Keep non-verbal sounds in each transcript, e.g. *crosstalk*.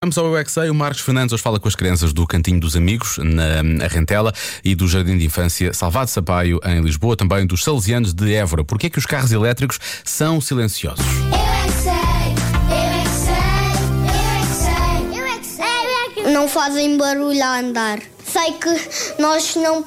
Vamos ao Eu é que Sei. O Marcos Fernandes hoje fala com as crianças do Cantinho dos Amigos, na Rentela, e do Jardim de Infância Salvado Sampaio, em Lisboa, também dos Salesianos de Évora. Porquê é que os carros elétricos são silenciosos? Não fazem barulho a andar. Sei que nós não,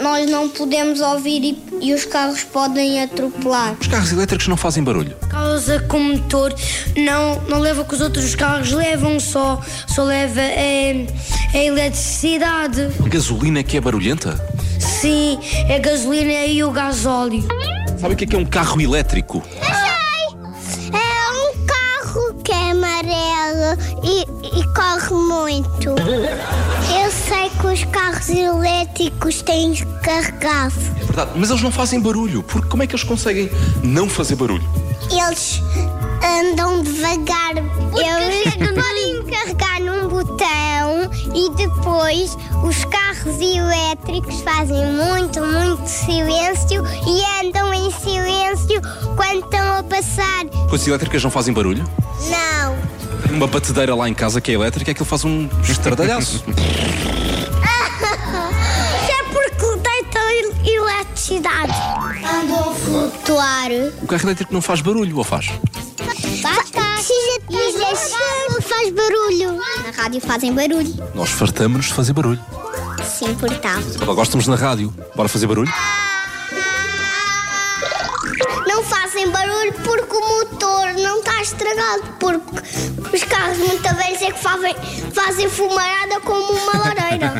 nós não podemos ouvir e, e os carros podem atropelar. Os carros elétricos não fazem barulho. Causa com motor, não, não leva o que os outros carros levam, só, só leva é, a eletricidade. A gasolina que é barulhenta? Sim, é gasolina e o gasóleo. Sabe o que é, que é um carro elétrico? É um carro que é amarelo e, e corre muito. Eu sei que os carros elétricos têm que carregar. É verdade, mas eles não fazem barulho. Porque como é que eles conseguem não fazer barulho? Eles andam devagar. Eles podem carregar num botão e depois os carros elétricos fazem muito, muito silêncio e andam em silêncio quando estão a passar. Coisas elétricas não fazem barulho? Não. Tenho uma batedeira lá em casa que é elétrica, aquilo faz um estradalhaço. Isso é porque deitam el- eletricidade. Andam a flutuar. o carro elétrico não faz barulho, ou faz? Faz, faz. Precisa de faz barulho. Na rádio fazem barulho. Nós fartamos-nos de fazer barulho. Se importar. Agora estamos na rádio. Bora fazer barulho? Não fazem barulho porque o motor não está estragado. Porque os carros muitas vezes é que fazem, fazem fumarada como uma *laughs* lareira.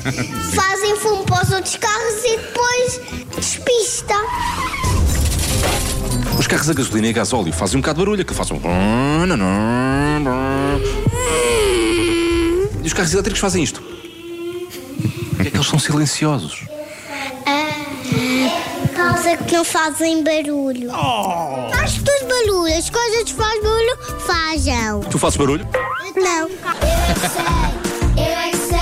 fazem fumo para os outros carros e depois despista. Os carros a gasolina e a gasóleo fazem um bocado de barulho, que fazem um. E os carros elétricos fazem isto. Porque é que eles são silenciosos? Ah, Causa é que não fazem barulho. Oh. Faz tudo barulho. As coisas que fazem barulho, fazem. Tu fazes barulho? Não. é Eu é que sei,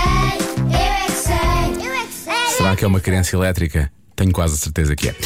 eu é que sei, eu é que sei. Será que é uma criança elétrica? Tenho quase certeza que é.